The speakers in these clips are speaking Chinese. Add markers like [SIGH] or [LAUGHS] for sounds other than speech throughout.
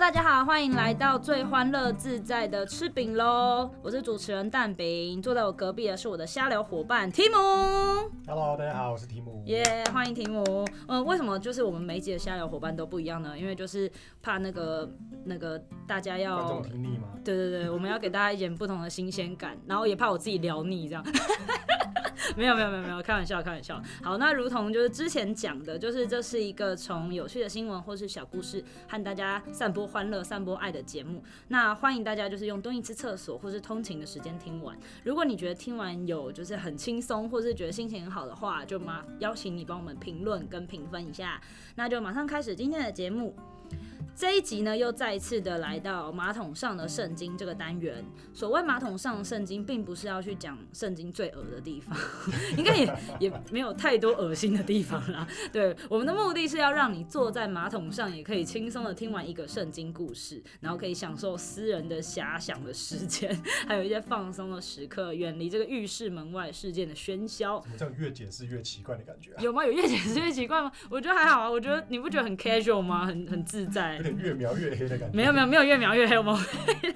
大家好，欢迎来到最欢乐自在的吃饼喽！我是主持人蛋饼，坐在我隔壁的是我的瞎聊伙伴提姆， Hello，大家好，我是提姆。耶、欢迎提姆。呃，为什么就是我们每一集的瞎聊伙伴都不一样呢？因为就是怕那个那个大家观众要。听腻吗？对对对，我们要给大家一点不同的新鲜感，然后也怕我自己聊腻这样。 [LAUGHS] 没有没有没有没有，开玩笑开玩笑。好，那如同就是之前讲的，就是这是一个从有趣的新闻或是小故事和大家散播欢乐、散播爱的节目。那欢迎大家就是用蹲一次厕所或是通勤的时间听完。如果你觉得听完有就是很轻松，或是觉得心情很好的话，就麻邀请你帮我们评论跟评分一下。那就马上开始今天的节目。这一集呢，又再一次的来到马桶上的圣经这个单元。所谓马桶上的圣经，并不是要去讲圣经最恶的地方， [LAUGHS] 应该也也没有太多恶心的地方啦。对，我们的目的是要让你坐在马桶上，也可以轻松的听完一个圣经故事，然后可以享受私人的遐想的时间， [LAUGHS] 还有一些放松的时刻，远离这个浴室门外事件的喧嚣。怎么这样越解释越奇怪的感觉啊？有吗？有越解释越奇怪吗？我觉得还好啊，我觉得你不觉得很 casual 吗？很很自在有。点越描越黑的感觉。没有没有没有越描越黑，我们会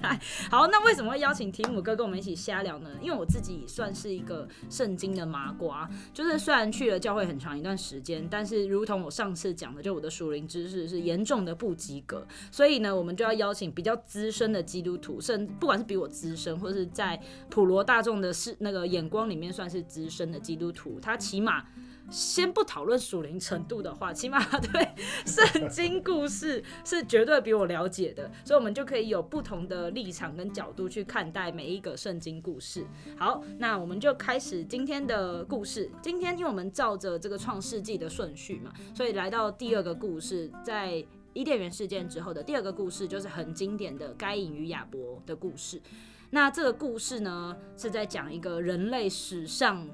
来。好，那为什么会邀请提姆哥跟我们一起瞎聊呢？因为我自己算是一个圣经的麻瓜，就是虽然去了教会很长一段时间，但是如同我上次讲的，就我的属灵知识是严重的不及格，所以呢，我们就要邀请比较资深的基督徒，甚不管是比我资深，或是在普罗大众的视那个眼光里面算是资深的基督徒，他起码。先不讨论属灵程度的话，起码他对 [LAUGHS] 圣经故事是绝对比我了解的，所以我们就可以有不同的立场跟角度去看待每一个圣经故事。好，那我们就开始今天的故事。今天因为我们照着这个创世纪的顺序嘛，所以来到第二个故事，在。伊甸园事件之后的第二个故事就是很经典的该隐与亚伯的故事。那这个故事呢，是在讲一个人类史上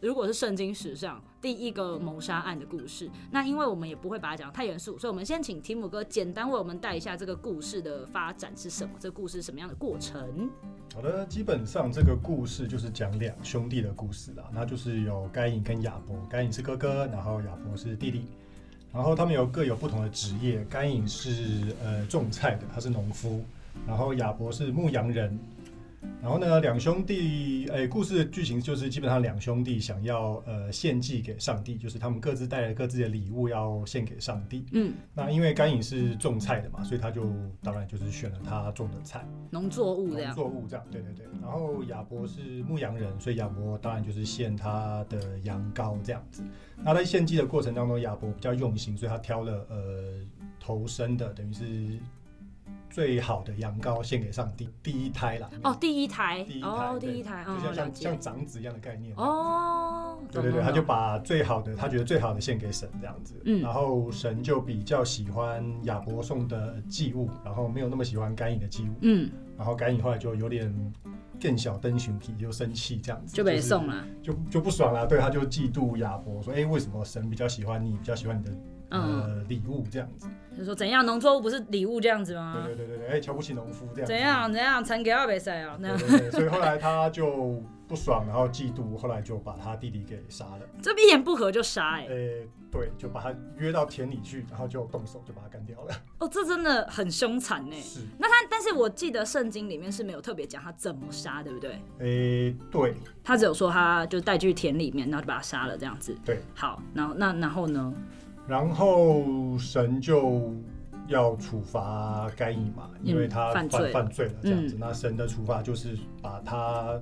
如果是圣经史上第一个谋杀案的故事，那因为我们也不会把它讲太严肃，所以我们先请提姆哥简单为我们带一下这个故事的发展是什么，这故事是什么样的过程。好的，基本上这个故事就是讲两兄弟的故事啦。那就是有该隐跟亚伯，该隐是哥哥，然后亚伯是弟弟。然后他们有各有不同的职业，该隐是呃种菜的，他是农夫，然后亚伯是牧羊人。然后呢，两兄弟，哎，故事的剧情就是基本上两兄弟想要呃献祭给上帝，就是他们各自带了各自的礼物要献给上帝。嗯，那因为甘颖是种菜的嘛，所以他就当然就是选了他种的菜，农作物这样。作物这样，对对对。然后亚伯是牧羊人，所以亚伯当然就是献他的羊羔这样子。那在献祭的过程当中，亚伯比较用心，所以他挑了呃头生的，等于是最好的羊羔献给上帝，第一胎啦。哦，第一台第一，胎哦，对第一台，就哦，像了像解像。长子一样的概念。哦，对对对，懂他就，懂懂把最好的，他觉得最好的献给神这样子，嗯然后神就比较喜欢亚伯送的祭物，然后没有那么喜欢甘隐的祭物，嗯，然后甘隐后来就有点更小灯熊皮，就生气这样子，就被送了，了。就就不爽了，对，他就嫉妒亚伯说，哎，为什么神比较喜欢你，比较喜欢你的嗯，呃礼物这样子，就说怎样，农作物不是礼物这样子吗？对对对对对，哎，瞧不起农夫这样，嗯怎样？怎样，传给二北赛啊？那对？对对，所以后来他就不爽，然后嫉妒，后来就把他弟弟给杀了。这一言不合就杀哎、呃、对，就把他约到田里去，然后就动手就把他干掉了。哦，这真的很凶残哎。是，但是我记得圣经里面是没有特别讲他怎么杀，对不对？诶、对，他只有说他就带去田里面，然后就把他杀了这样子。对，好，然后那然后呢？然后神就要处罚该隐嘛，因为他嗯犯犯罪嗯犯罪了这样子。那神的处罚就是把他。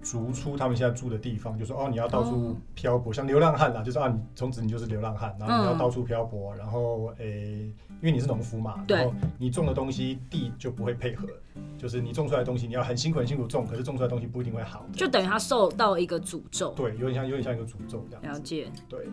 逐出他们现在住的地方，就说哦，你要到哦处漂泊，像流浪汉啦，就是啊，你从此你就是流浪汉，然后你要嗯到处漂泊，然后诶、因为你是农夫嘛，对然后你种的东西地就不会配合，就是你种出来的东西，你要很辛苦很辛苦种，可是种出来的东西不一定会好，就等于他受到一个诅咒。对，有点像有点像一个诅咒这样了子。解。对，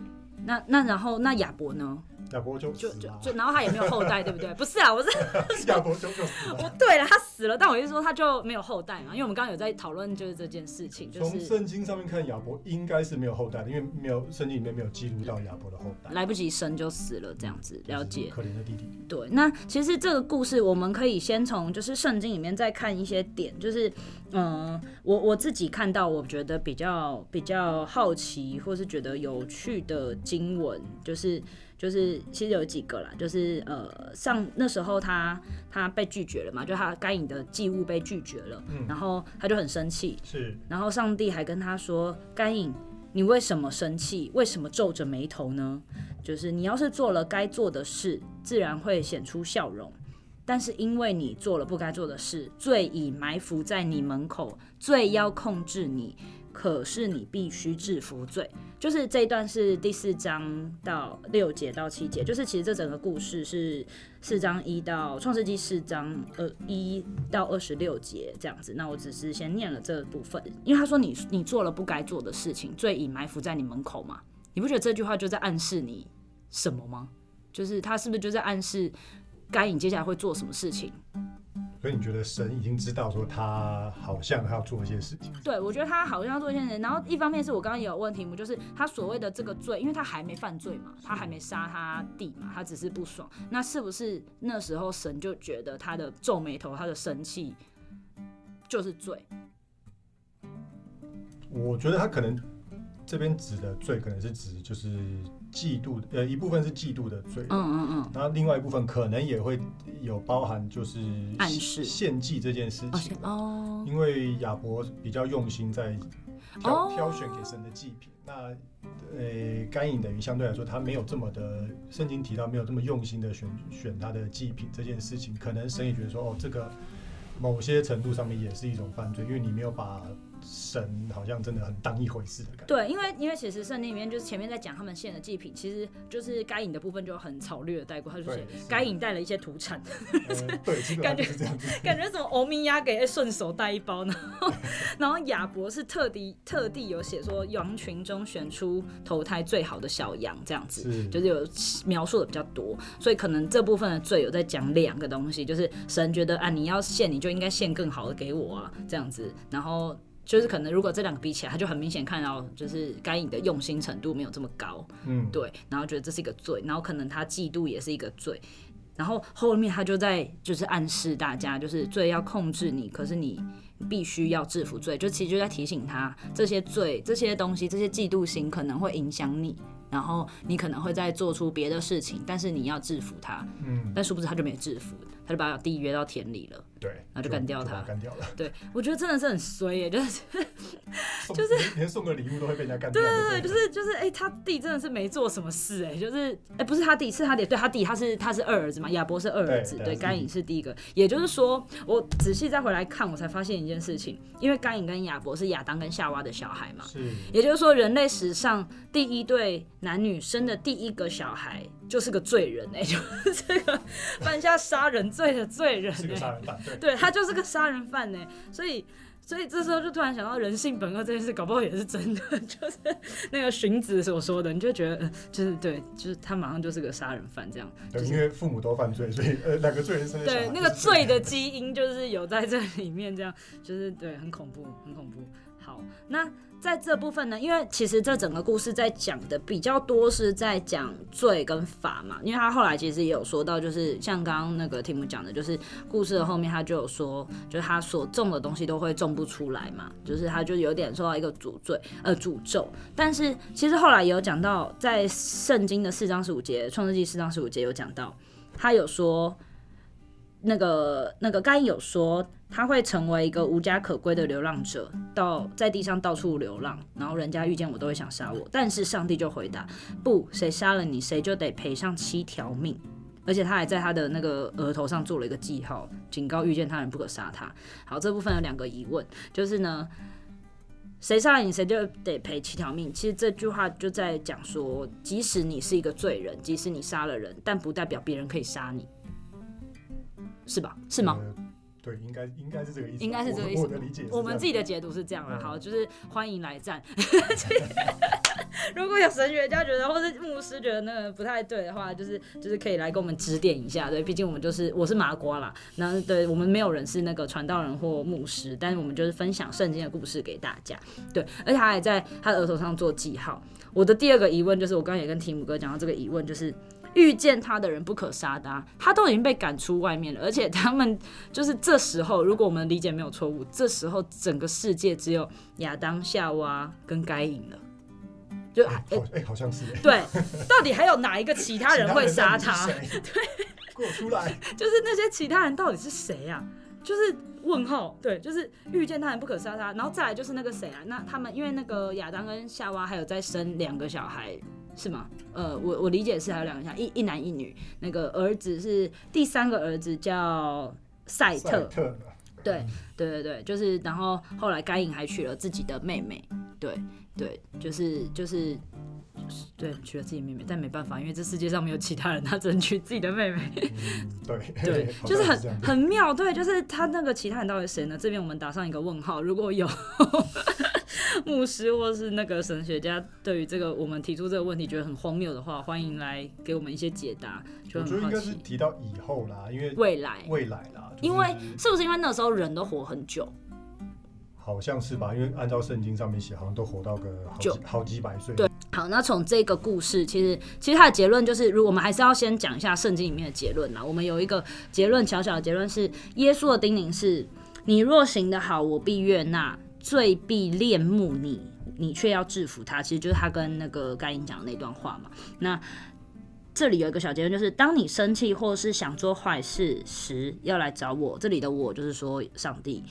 那那然后那亚伯呢？亚伯就就死就了啊，就，然后他也没有后代，对不对？不是啊，我是 [LAUGHS] 亚伯就就死了。我对了，他死了，但我就说他就没有后代嘛，因为我们刚刚有在讨论就是这件事情，就从是圣经上面看，亚伯应该是没有后代的，因为没有圣经里面没有记录到亚伯的后代。来不及生就死了这样子。了解。可怜的弟弟。对，那其实这个故事我们可以先从就是圣经里面再看一些点，就是嗯、呃我我自己看到我觉得比较比较好奇或是觉得有趣的经文，就是就是其实有几个啦，就是呃，上那时候他他被拒绝了嘛，就他该隐的祭物被拒绝了，嗯然后他就很生气，是然后上帝还跟他说：“该隐，你为什么生气？为什么皱着眉头呢？就是你要是做了该做的事，自然会显出笑容。但是因为你做了不该做的事，罪已埋伏在你门口，罪要控制你。”可是你必须制服罪，就是这一段是第四章到六节到七节，就是其实这整个故事是四章一到创世纪四章呃一到二十六节这样子。那我只是先念了这部分，因为他说你你做了不该做的事情，罪已埋伏在你门口嘛。你不觉得这句话就在暗示你什么吗？就是他是不是就在暗示该隐接下来会做什么事情？所以你觉得神已经知道说他好像还要做一些事情，对，我觉得他好像要做一些人，然后一方面是我刚刚也有问题目，就是他所谓的这个罪，因为他还没犯罪嘛，他还没杀他弟嘛，他只是不爽，那是不是那时候神就觉得他的皱眉头，他的生气就是罪？我觉得他可能这边指的罪可能是指就是嫉妒，呃，一部分是嫉妒的罪，嗯嗯嗯，那另外一部分可能也会有包含就是暗示献祭这件事而情且，哦，因为亚伯比较用心在挑、哦挑选给神的祭品，那呃，该隐等于相对来说他没有这么的，圣经提到没有这么用心的选选他的祭品这件事情，可能神也觉得说哦，这个某些程度上面也是一种犯罪，因为你没有把神好像真的很当一回事的 [LAUGHS] 感觉。对，因为因为其实圣经里面就是前面在讲他们献的祭品，其实就是该隐的部分就很草略的带过，他就写对是该隐带了一些土产，呃对，基本上就是这样子。感觉什么欧米亚给顺手带一包，然后然后亚伯是特地特地有写说羊群中选出投胎最好的小羊这样子。是，就是有描述的比较多，所以可能这部分的罪有在讲两个东西，就是神觉得啊，你要献你就应该献更好的给我啊，这样子，然后就是可能如果这两个比起来，他就很明显看到就是该隐的用心程度没有这么高，嗯，对，然后觉得这是一个罪，然后可能他嫉妒也是一个罪，然后后面他就在就是暗示大家，就是罪要控制你，可是你必须要制服罪，就其实就在提醒他这些罪、这些东西、这些嫉妒心可能会影响你，然后你可能会再做出别的事情，但是你要制服他，嗯，但殊不知他就没制服，他就把弟约到田里了。对，那就干掉把他干掉了，对我觉得真的是很衰耶、就是就是 [LAUGHS] 连送个礼物都会被人家干掉的这种。对，对就是就是，哎、他弟真的是没做什么事、哎，就是，哎、不是他弟，是他弟，对他弟，他是他是二儿子嘛，亚伯是二儿子，对对，对嗯该隐是第一个，也就是说，我仔细再回来看，我才发现一件事情，因为该隐跟亚伯是亚当跟夏娃的小孩嘛，是也就是说，人类史上第一对男女生的第一个小孩就是个罪人、哎，就是这个 [LAUGHS] 犯下杀人罪的罪人、是个哎杀人犯，对，对他就是个杀人犯呢，所以所以这时候就突然想到人性本恶这件事，搞不好也是真的， [LAUGHS] 就是那个荀子所说的，你就觉得、呃就是对，就是他马上就是个杀人犯这样，就对，是嗯因为父母都犯罪，所以呃，两个罪人生的小孩对那个罪的基因就是有在这里面，这样就是对，很恐怖，很恐怖。好，那在这部分呢，因为其实这整个故事在讲的比较多是在讲罪跟法嘛，因为他后来其实也有说到，就是像刚刚那个题目讲的，就是故事的后面他就有说，就是他所种的东西都会种不出来嘛，嗯就是他就有点受到一个诅罪，呃诅咒。但是其实后来也有讲到，在圣经的四章十五节，创世纪四章十五节有讲到，他有说那个那个该隐有说，他会成为一个无家可归的流浪者，到在地上到处流浪，然后人家遇见我都会想杀我。但是上帝就回答：不，谁杀了你，谁就得赔上七条命。而且他还在他的那个额头上做了一个记号，警告遇见他人不可杀他。好，这部分有两个疑问，就是呢，谁杀了你，谁就得赔七条命。其实这句话就在讲说，即使你是一个罪人，即使你杀了人，但不代表别人可以杀你，是吧？是吗？呃对，应该应该是这个意思吧，啊应该是这个意思我我的理解是这样，我们自己的解读是这样啦，嗯好，就是欢迎来 [LAUGHS] 战。如果有神学家觉得，或是牧师觉得那个不太对的嗯话，就是就是可以来给我们指点一下。对，毕竟我们就是我是麻瓜啦，那对我们没有人是那个传道人或牧师，但是我们就是分享圣经的故事给大家。对，而且他还在他的额头上做记号。我的第二个疑问就是，我刚刚也跟提姆哥讲到这个疑问，就是遇见他的人不可杀他，他都已经被赶出外面了，而且他们就是这时候，如果我们理解没有错误，这时候整个世界只有亚当、夏娃跟该隐了。就、哎好哎、好像是哎、对，到底还有哪一个其他人会杀 [LAUGHS] 啊他？对，给我出来！就是那些其他人到底是谁啊？就是问号，对，就是遇见他人不可杀他，然后再来就是那个谁啊？那他们因为那个亚当跟夏娃还有再生两个小孩是吗？呃，我我理解是还有两个小孩，一一男一女，那个儿子是第三个儿子叫赛赛特，特，对对对对，就是然后后来该隐还娶了自己的妹妹，对对，就是就是。对，娶了自己妹妹，但没办法，因为这世界上没有其他人，他只能娶自己的妹妹。嗯，对 [LAUGHS]，对好像就是这很样子很妙，对，就是他那个其他人到底谁呢？这边我们打上一个问号。如果有 [LAUGHS] 牧师或是那个神学家对于这个我们提出这个问题觉得很荒谬的话，欢迎来给我们一些解答，就我觉得很好应该是奇。提到以后啦，因为未来，未来啦，就是因为嗯是不是因为那时候人都活很久？好像是吧，因为按照圣经上面写，好像都活到个好几就好几百岁。对好，那从这个故事，其实其实它的结论就是，如我们还是要先讲一下圣经里面的结论啦。我们有一个结论，小小的结论是，耶稣的叮咛是：你若行得好，我必悦纳；罪必恋慕你，你却要制服他。其实就是他跟那个该隐讲的那段话嘛。那这里有一个小结论，就是当你生气或是想做坏事时，要来找我。这里的我就是说上帝，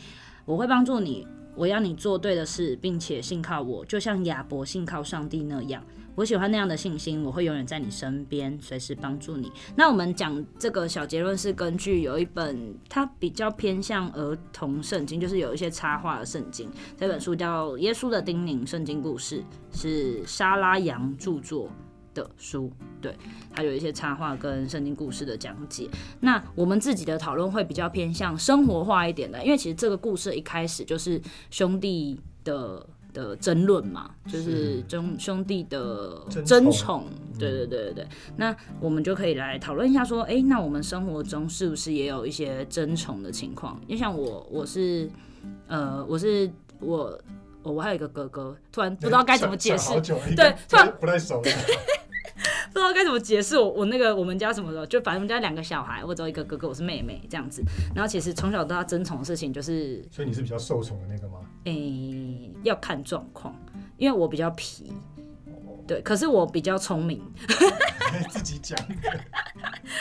我会帮助你。我要你做对的事，并且信靠我，就像亚伯信靠上帝那样。我喜欢那样的信心，我会永远在你身边，随时帮助你。那我们讲这个小结论是根据有一本它比较偏向儿童圣经，就是有一些插画的圣经。这本书叫《耶稣的叮咛：圣经故事》，是莎拉杨著作的书。对，它有一些插画跟圣经故事的讲解。那我们自己的讨论会比较偏向生活化一点的，因为其实这个故事一开始就是兄弟的的争论嘛，就是是兄兄弟的争争宠嗯宠，对对对对对。那我们就可以来讨论一下，说，诶，那我们生活中是不是也有一些争宠的情况？就像我，我是，呃，我是我、哦我还有一个哥哥，突然不知道该怎么解释哎想好，久了，对突然不太熟了。不知道该怎么解释我我那个我们家什么的，就反正我们家两个小孩，我只有一个哥哥，我是妹妹这样子。然后其实从小到大争宠的事情，就是所以你是比较受宠的那个吗？诶、要看状况，因为我比较皮，对，可是我比较聪明，自己讲。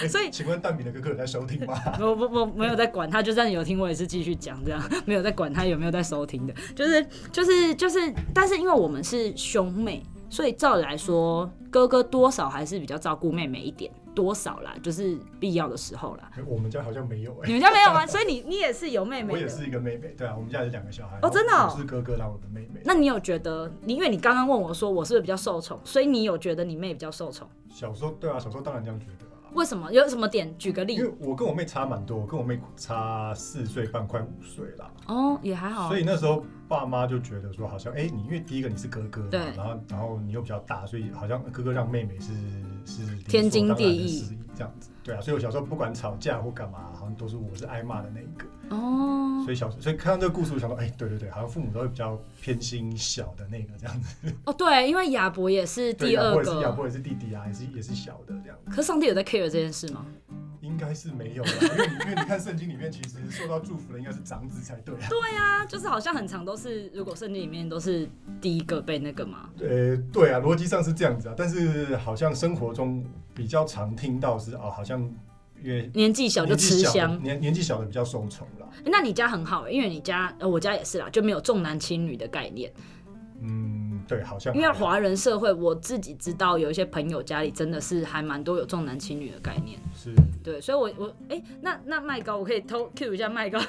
哎所以请问蛋饼的哥哥有在收听吗？ [LAUGHS] 我我我没有在管他，就算有听我也是继续讲这样，没有在管他有没有在收听的，就是就是就是，但是因为我们是兄妹，所以照理来说，哥哥多少还是比较照顾妹妹一点，多少啦，就是必要的时 [LAUGHS] 候啦。我们家好像没有哎、你们家没有啊吗？所以你你也是哎有妹妹我也的。是一个妹妹，对啊，我们家有两个小孩。哦真的哦我是哥哥，然后我的妹妹。那你有觉得你因为你刚刚问我说我是不是比较受宠，所以你有觉得你妹比较受宠？小时候对啊，小时候当然这样觉得啊。为什么？有什么点？举个因例为我跟我妹差蛮多，我跟我妹差四岁半，快五岁啦。哦，也还好所。以那时候爸妈就觉得说，好像哎、你因为第一个你是哥哥嘛，对然后然后你又比较大，所以好像哥哥让妹妹是是理所天经当然的地义事这样子。对啊，所以我小时候不管吵架或干嘛，好像都是我是挨骂的那一个。哦所以小所以看到这个故事，我想到，哎、对对对，好像父母都会比较偏心小的那个这样子。哦，对，因为亚伯也是对，第亚二伯也是亚个，伯也是弟弟啊，也是也是小的这样子。可是上帝有在 care 这件事吗？应该是没有啦，因为你因为你看圣经里面，其实受到祝福的应该是长子才对啊。啊，就是好像很常都是，如果圣经里面都是第一个被那个嘛，呃，对啊，逻辑上是这样子啊，但是好像生活中比较常听到是哦，好像因为年纪小就年纪吃的香。年年纪小的比较受宠啦。诶那你家很好、因为你家呃我家也是啦，就没有重男轻女的概念。嗯，对，好像因为华人社会，我自己知道有一些朋友家里真的是还蛮多有重男轻女的概念。是对，所以我我哎、那那麦高，我可以偷 Q 一下 [LAUGHS] 麦高。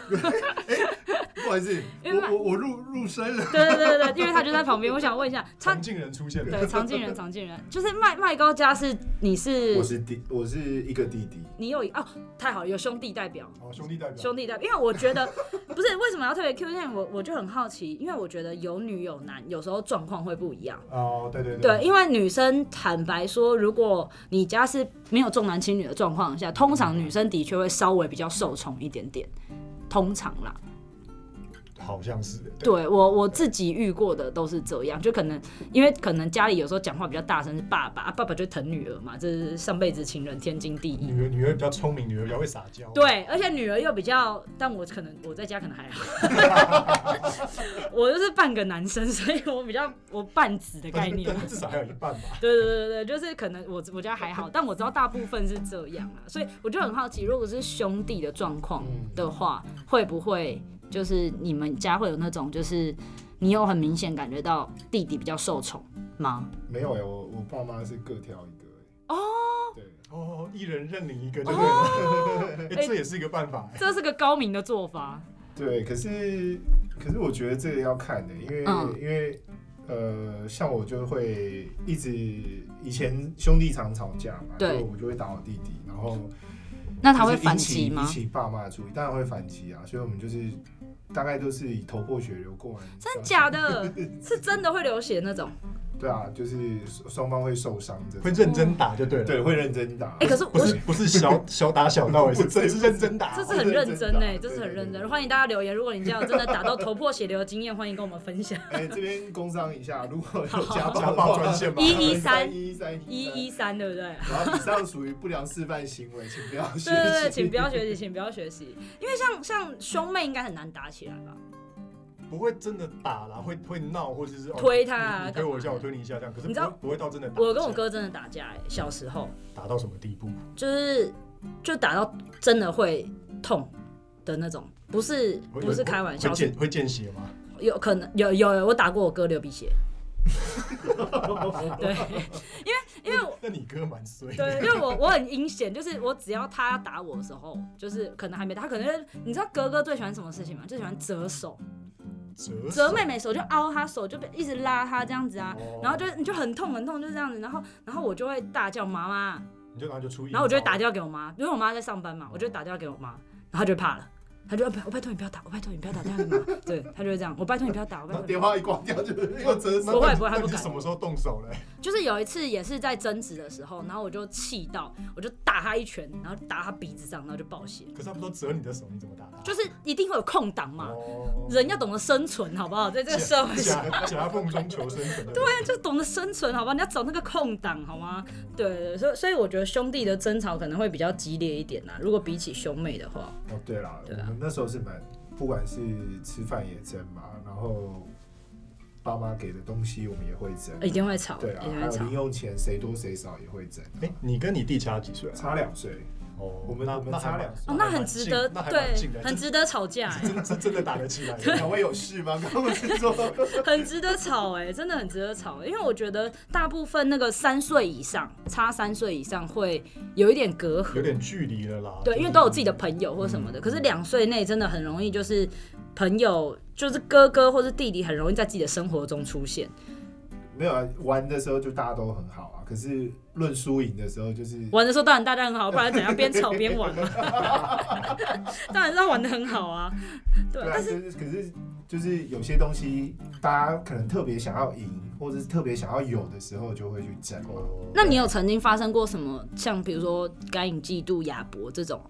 不好意思，因为我我我入入深了。对对对对对，因为他就在旁边，我想问一下他 [LAUGHS] 常。进人出现了，对，常进人，常进人，就是麦麦高家是你是 [LAUGHS] 我是弟，我是一个弟弟，你有哦，太好了，有兄弟代表。哦，兄弟代表，兄弟代表，因为我觉得不是为什么要特别 Q 线，我我就很好奇，因为我觉得有女有男，有时候状况会不一样。哦，对对对，因为女生坦白说，如果你家是没有重男轻女的状况下，通常女生的确会稍微比较受宠一点点，通常啦。好像是对对我我自己遇过的都是这样，就可能因为可能家里有时候讲话比较大声是爸爸，啊、爸爸就疼女儿嘛，这是上辈子情人天经地义。女儿女儿比较聪明，女儿比较会撒娇。对，而且女儿又比较，但我可能我在家可能还好， [LAUGHS] 我就是半个男生，所以我比较我半子的概念。至少还有一半吧。 [LAUGHS] 对对对对，就是可能我我觉得还好，但我知道大部分是这样啊，所以我就很好奇，如果是兄弟的状况嗯的话，会不会就是你们家会有那种，就是你有很明显感觉到弟弟比较受宠吗？没有哎、我我爸妈是各挑一个哎、哦对，哦，一人认领一个，对哦 [LAUGHS] 不对？哎，这也是一个办法。 [LAUGHS] 这是个高明的做法。对，可是可是我觉得这个要看的、欸因为、嗯因为呃，像我就会一直以前兄弟常吵架嘛，对所以我就会打我弟弟，然后那他会就是反引起击吗引？起爸妈的注意，当然会反击啊，所以我们就是大概都是以头破血流过来，真假 [LAUGHS] 的，是真的会流血那种。对啊，就是双方会受伤这会种，认真打就对了，对，会认真打。哎、可是不我是不是小 [LAUGHS] 小打小闹，是真是认真打这哦。是很认真哎、认真的这是很认对对真。对欢迎大家留言，如果你这样真的打到头破血流的经验，欢迎跟我们分享。哎、这边工商一下，如果有家家暴暴专线吗？ 113一三一一三，对不对？然后以上属于不良示范行为，请不要学习。对对 [LAUGHS] 对，请不要学习，请不要学习，因为像像兄妹应该很难打起来吧？不会真的打啦，会会闹或者是哦推他啊你你推我干一下，嘛我推你一下这样，可是你不知道会不会到真的打。我跟我哥真的打架、欸，小时候打到什么地步？就是就打到真的会痛的那种，不是会不是开玩笑会，见会见血吗？有可能有有有我打过我哥流鼻血， [LAUGHS] 对，因为因为我那你哥蛮衰的。对，因为我我很阴险，就是我只要他打我的时候，就是可能还没打，他可能你知道哥哥最喜欢什么事情吗？就喜欢折手，折折妹妹手就凹她手，就一直拉她这样子啊，哦然后就你就很痛很痛，就这样子，然后然后我就会大叫妈妈，你就然后就出一招，然后我就会打电话给我妈，因为我妈在上班嘛，我就会打电话给我妈，然后她就会怕了。她就说我拜托你不要打，我拜托你不要打电话给妈妈。 [LAUGHS] 对，她就会这样，我拜托你不要打，我拜托然后你不要电话一挂 [LAUGHS] 掉就是又折不那。手。会那不会他那不你敢是什么时候动手 [LAUGHS] 嘞？打。就是有一次也是在争执的时候，然后我就气到，我就打她一拳，然后打她鼻子上，然后就爆血。可是他们都折你的手，你怎么打他？就是一定会有空档嘛。哦啊人要懂得生存，好不好？在这个假社会啊上， [LAUGHS] 夹夹缝中求生存的。对，就懂得生存，好吧？你要找那个空档，好吗？对对对，所以所以我觉得兄弟的争吵可能会比较激烈一点啦。如果比起兄妹的话，哦，对啦，对啊我们那时候是蛮，不管是吃饭也争嘛，然后爸妈给的东西我们也会争。一定会吵，对一啊，定还会有吵零。用钱谁多谁少也会争。哎，你跟你弟差几岁啊？差两岁，哦我们那我们那差还两岁哦，那很值得，那还蛮近对，的，很值得吵 [LAUGHS] 架、欸，真真真的打得起来的。两位有事吗？刚刚不是说很值得吵、欸，哎，真的很值得吵、因为我觉得大部分那个三岁以上，差三岁以上会有一点隔阂有，点距离了啦。对，因为都有自己的朋友或什嗯么的。可是两岁内真的很容易，就是朋友，就是哥哥或是弟弟，很容易在自己的生活中出现。嗯没有啊？玩的时候就大家都很好啊，可是论输赢的时候就是玩的时候当然大家很好，不然怎样边吵边玩 [LAUGHS] 嘛？当然是要玩的很好啊，对对。啊，但就是是可是就是有些东西，大家可能特别想要赢，或者是特别想要有的时候，就会去争嘛。哦那你有曾经发生过什么，像比如说该隐嫉妒亚伯这种，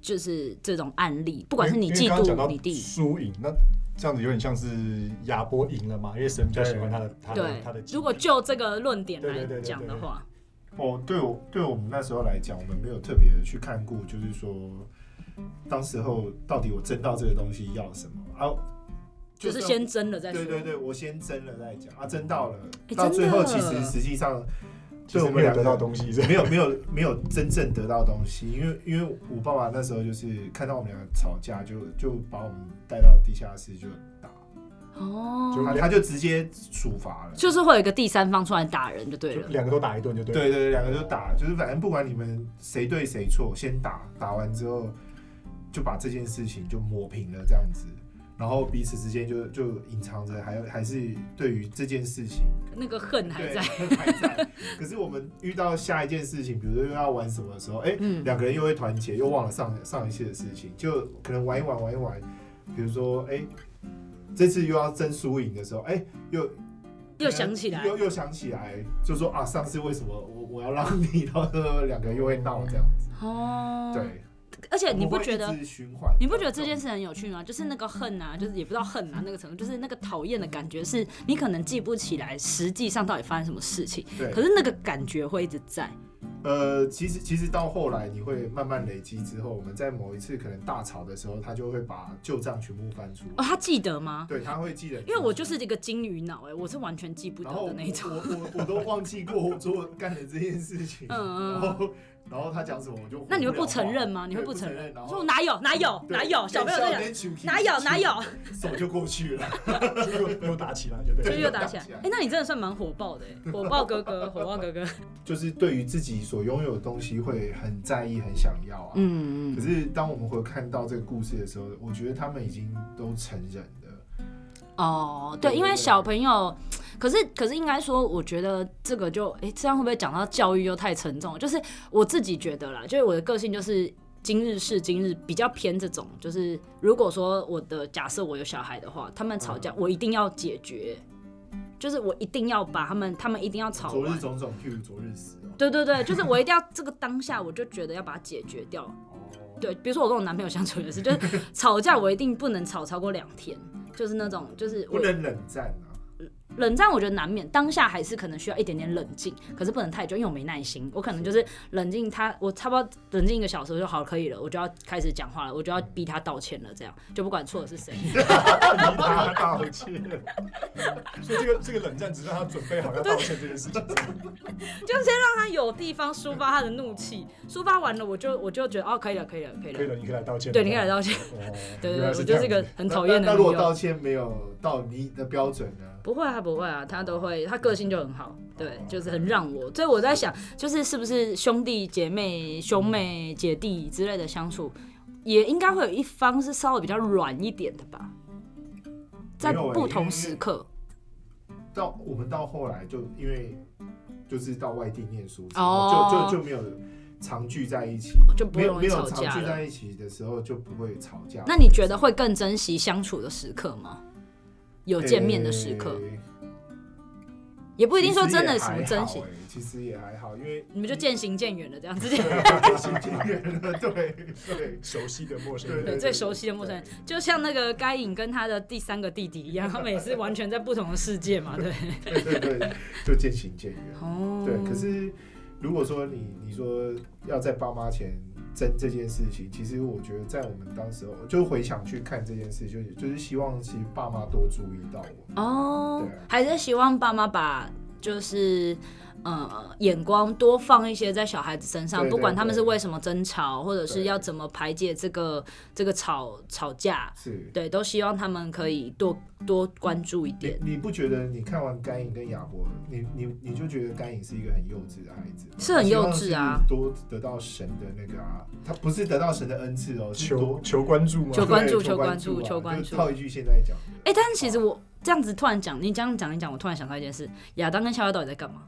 就是这种案例，不管是你因为嫉刚刚讲妒到你弟，输赢，那这样子有点像是亚波赢了嘛，因为神比较喜欢他的他的对他的。。如果就这个论点对来对对对讲的对话，哦，对我对我们那时候来讲，我们没有特别的去看过，就是说，当时候到底我争到这个东西要什么啊？就是算先争了再说对。对对，我先争了再讲啊，争到了，哎到最后真其的实实际上其对实我们没有两得个到东西， [LAUGHS] 这没有没有没有真正得到东西，因为因为我爸爸那时候就是看到我们两个吵架，就就把我们带到地下室就打，哦，他他就直接处罚了。就是会有一个第三方出来打人就对就了。两个都打一顿就对了。对对对，两个就打，就是反正不管你们谁对谁错，先打，打完之后就把这件事情就抹平了这样子，然后彼此之间就就隐藏着，还有还是对于这件事情那个恨还对在。 [LAUGHS] 还在。可是我们遇到下一件事情，比如说又要玩什么的时候，哎、嗯，两个人又会团结，又忘了上上一次的事情，就可能玩一玩玩一玩，比如说哎、这次又要争输赢的时候，哎、又 [LAUGHS] 又想起来又又想起来，就说啊， [LAUGHS] 上次为什么我我要让你，然后两个人又会闹这样子，哦。对，而且你我不会觉一得直嗯循环？你不觉得这件？事很有趣吗？就是那个恨啊，就是也不知道恨啊那个嗯程度，就是那个讨厌的感觉，是你可能记不起来实际上到底发生什么事情，对可，是那个感觉会一直在。呃，其实其实到后来你会慢慢累积之后，我们在某一次可能大吵的时候，他就会把旧账全部翻出来。哦，他记得吗？对，他会记得。因为我就是一个金鱼脑，哎，我是完全记不得然后的那种。我我我我都忘记过我做干的这件事情，嗯嗯然后然后他讲什么我就回那你会了不承话认吗？你会对不不承认？认？然说我后哪有哪有哪有小朋友在讲讲哪有哪，有， [LAUGHS] 手就过去了。又又打起来就对 [LAUGHS] 就了。又打起来打起。来哎，那你真的算蛮火爆的，哎，火爆哥哥，火爆哥哥。就是对于自己所拥有的东西会很在意，很想要啊。嗯可是当我们会看到这个故事的时候，我觉得他们已经都成人了。哦，对，对因为对小朋友，可是可是应该说，我觉得这个就，哎、这样会不会讲到教育又太沉重了？就是我自己觉得啦，就是我的个性就是今日事今日，比较偏这种，就是如果说我的假设我有小孩的话，他们吵架、嗯我一定要解决，就是我一定要把他们，他们一定要吵昨日完。种种，譬如昨日死哦。对对对，就是我一定要这个当下，我就觉得要把它解决掉。哦对，比如说我跟我男朋友相处也是，就是吵架我一定不能吵超过两天，就是那种就是不我能冷战 [LAUGHS] 啊。冷战我觉得难免，当下还是可能需要一点点冷静，可是不能太久，因为我没耐心，我可能就是冷静他，我差不多冷静一个小时就好，可以了，我就要开始讲话了，我就要逼他道歉了，这样就不管错的是谁。逼他道歉，所以这个这个冷战只是让他准备好要道歉这件事情。就是先让他有地方抒发他的怒气，抒发完了我就我就觉得哦，可以了，可以了，可以可以了，了，你可以来道歉。对，你可以来道歉。哦。对对原对，来我这就样是一个子很讨厌那的那如女果友。道歉没有到你的标准呢？不会啊，不会啊，他都会，他个性就很哦好，对，就是很让我，所以我在想，就是是不是兄弟姐妹、兄妹姐弟之类的相处，也应该会有一方是稍微比较软一点的吧，在没有欸不同时刻到我们到后来就因为就是到外地念书之后，哦就就就没有常聚在一起，就不没有容没易有吵常架聚了。在一起的时候就不会吵架。那你觉得会更珍惜相处的时刻吗？有见面的时刻，诶也不一定说真的什么珍惜，其实也还好欸，其实也还好，因为你们就渐行渐远了，这样直接。渐行渐远了。对对，哦熟悉的陌生对对人，最熟悉的陌生人，就像那个该隐跟他的第三个弟弟一 [LAUGHS] 样，他们也是完全在不同的世界嘛，对。对对对，就渐行渐远。哦对，可是如果说你你说要在爸妈前争这件事情，其实我觉得在我们当时候就回想去看这件事，就是就是希望其实爸妈多注意到我们。哦对啊，还是希望爸妈把就是呃眼光多放一些在小孩子身上，对对不管他们对是为什么争吵，或者是对要怎么排解这个这个吵吵架，是对，都希望他们可以多多关注一点。你你不觉得你看完甘颖跟亚伯，你你你就觉得甘颖是一个很幼稚的孩子吗，是很幼稚啊希望是多得到神的那个啊，他不是得到神的恩赐哦，是求多求关注吗？求关注求对求关注注啊，求关注就套一句现在讲 [LAUGHS] 的，哎、但是其实我这样子突然讲，你这样讲一讲，我突然想到一件事：亚当跟夏娃到底在干嘛？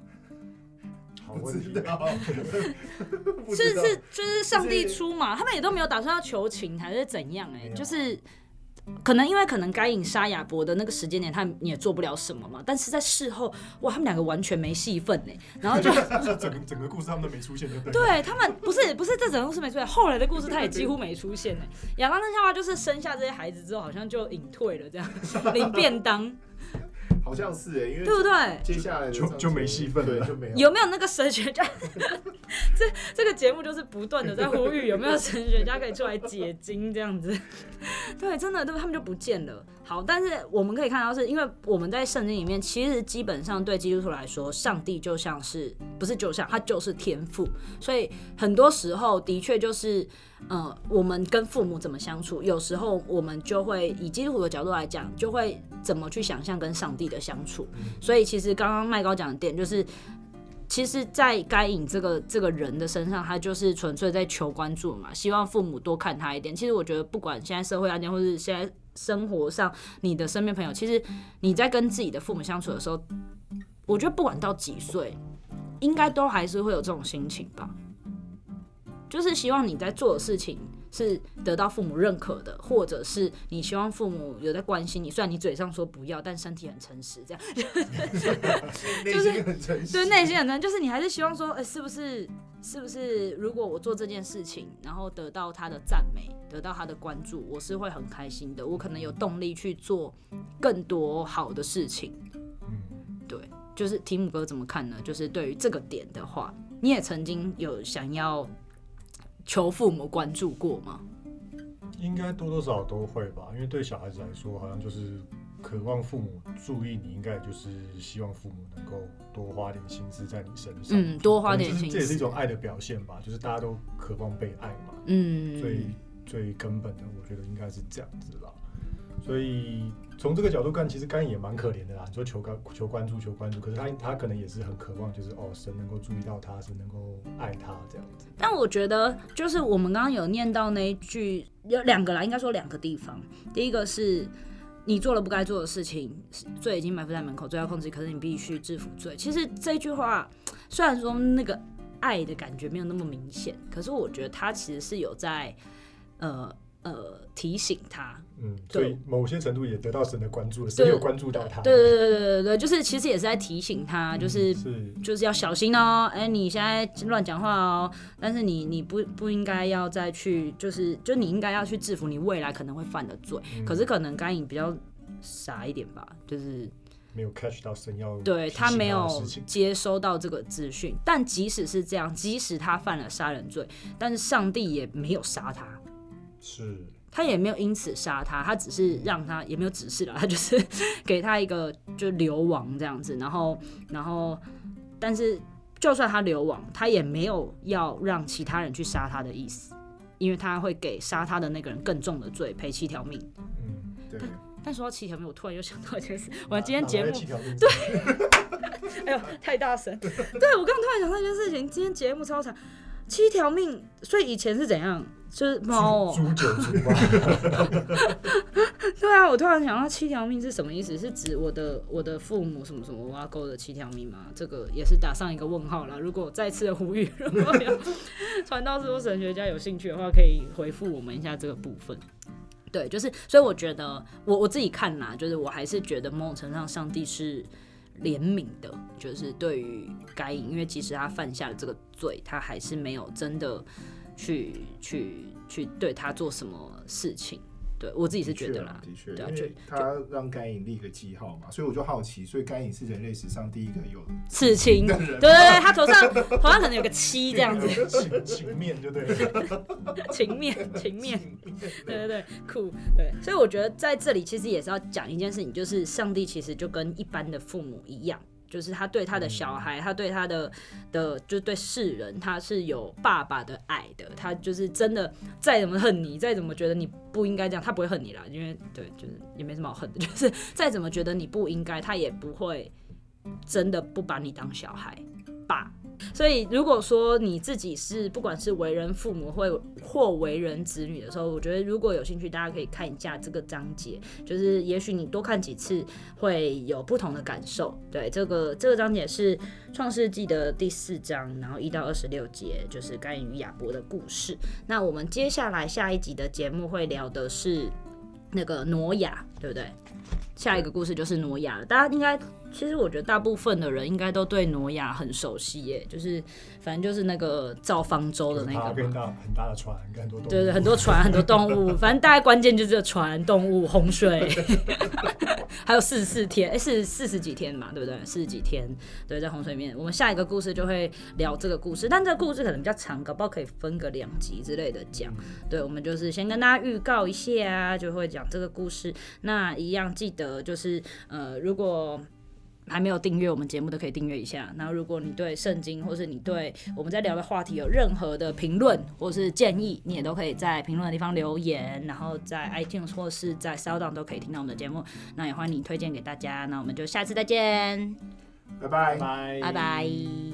好不问知题。道，不是知道是就是上帝就是出嘛，他们也都没有打算要求情还是怎样哎、没有啊就是可能因为可能该隐杀亚伯的那个时间点，他们也做不了什么嘛。但是在事后，哇，他们两个完全没戏份 [LAUGHS] 哎，然后就这整个整个故事他们都没出现，对 [LAUGHS] 不对？对他们不是不是这整个故事没出现，后来的故事他也几乎没出现 [LAUGHS] 哎。亚当跟夏娃就是生下这些孩子之后，好像就隐退了这样，领便 [LAUGHS] 当，好像是哎，因为对不对？接下来的就上就节没戏份了对，就没有。有没有那个神学家？ [LAUGHS] 这这个节目就是不断的在呼吁，有没有神学家可以出来解经这样子？ [LAUGHS] 对，真的，对，他们就不见了。好，但是我们可以看到是，因为我们在圣经里面，其实基本上对基督徒来说，上帝就像是不是就像他就是天赋，所以很多时候的确就是，呃，我们跟父母怎么相处，有时候我们就会以基督徒的角度来讲，就会怎么去想象跟上帝的相处。嗯所以其实刚刚麦高讲的点就是，其实，在该隐这个这个人的身上，他就是纯粹在求关注嘛，希望父母多看他一点。其实我觉得，不管现在社会案件，或是现在生活上你的身边朋友，其实你在跟自己的父母相处的时候，我觉得不管到几岁，应该都还是会有这种心情吧。就是希望你在做的事情是得到父母认可的，或者是你希望父母有在关心你。虽然你嘴上说不要，但身体很诚实，这样。内心很诚实，对内心很难，就是你还是希望说，哎、是不是是不是如果我做这件事情，然后得到他的赞美，得到他的关注，我是会很开心的，我可能有动力去做更多好的事情。嗯，就是提姆哥怎么看呢？就是对于这个点的话，你也曾经有想要求父母关注过吗？应该多多少少都会吧，因为对小孩子来说，好像就是渴望父母注意你，应该也就是希望父母能够多花点心思在你身上。嗯，多花点可能心这是这也是一思。种爱的表现吧，就是大家都渴望被爱嘛。最嗯，最根本的，我觉得应该是这样子啦。所以从这个角度看，其实甘也蛮可怜的啦。你说求关求关注求关注，可是他他可能也是很渴望，就是哦，神能够注意到他，神能够爱他这样子。但我觉得就是我们刚刚有念到那一句，有两个啦，应该说两个地方。第一个是你做了不该做的事情，罪已经埋伏在门口，罪要控制，可是你必须制服罪。其实这句话虽然说那个爱的感觉没有那么明显，可是我觉得他其实是有在呃呃提醒他，嗯，对所以某些程度也得到神的关注了，对神有关注到他。对对对对对对，就是其实也是在提醒他，嗯就是是就是要小心哦，哎、你现在乱讲话哦，但是你你不不应该要再去，就是就你应该要去制服你未来可能会犯的罪，嗯可是可能甘颖比较傻一点吧，就是没有 catch 到神要对提他醒没有的事情。接收到这个资讯，但即使是这样，即使他犯了杀人罪，但是上帝也没有杀他，是他也没有因此杀他，他只是让他也没有指示 [LAUGHS] 了，他就是给他一个就流亡这样子，然后然后，但是就算他流亡，他也没有要让其他人去杀他的意思，因为他会给杀他的那个人更重的罪，赔七条命。嗯，对，但说到七条命，我突然又想到一件事，我们今啊天节目对哎呦，太大声！对我刚刚突然想到一件事情，今天节目超长，七条命，所以以前是怎样？就是猫、哦，诛九族嘛， [LAUGHS] 对啊，我突然想到七条命是什么意思？是指我的我的父母什么什么挖沟的七条命吗？这个也是打上一个问号啦。如果再次的呼吁，如果有传道师或神学家有兴趣的话，可以回复我们一下这个部分。对，就是，所以我觉得我我自己看啦，就是我还是觉得某种程度上，上帝是怜悯的，就是对于该隐，因为即使他犯下了这个罪，他还是没有真的去去去对他做什么事情。对我自己是觉得啦，的确，对啊因就为他让该隐立一个记号嘛，所以我就好奇，所以该隐是人类史上第一个有刺青，的对人对对，他头上头上可能有个七这样子，情 [LAUGHS] 情面就对了。情面 [LAUGHS] 情面，对对对，酷，对，所以我觉得在这里其实也是要讲一件事情，就是上帝其实就跟一般的父母一样。就是他对他的小孩，他对他的的，就是对世人，他是有爸爸的爱的。他就是真的，再怎么恨你，再怎么觉得你不应该这样，他不会恨你啦，因为对，就是也没什么好恨的。 [LAUGHS] 就是再怎么觉得你不应该，他也不会真的不把你当小孩吧。所以，如果说你自己是不管是为人父母或或为人子女的时候，我觉得如果有兴趣，大家可以看一下这个章节，就是也许你多看几次会有不同的感受。对，这个这个章节是《创世纪》的第四章，然后一到二十六节，就是该隐与亚伯的故事。那我们接下来下一集的节目会聊的是那个挪亚，对不对？下一个故事就是挪亚了，大家应该其实我觉得大部分的人应该都对挪亚很熟悉耶，就是反正就是那个造方舟的那他个跟嘛。啊大很大的船，跟很多东西。对对，很多船，很多动物，反正大概关键就是船、动物、洪水， [LAUGHS] 还有四十四天，哎，四四十几天嘛，对不对？四十几天，对，在洪水里面。我们下一个故事就会聊这个故事，但这个故事可能比较长，搞不好可以分个两集之类的讲。对，我们就是先跟大家预告一下啊，就会讲这个故事。那一样记得就是呃，如果还没有订阅我们节目的，可以订阅一下。然后，如果你对圣经或是你对我们在聊的话题有任何的评论或是建议，你也都可以在评论的地方留言，然后在 iTunes 或是在 s o u d o n 都可以听到我们的节目。那也欢迎你推荐给大家。那我们就下次再见，拜拜拜拜拜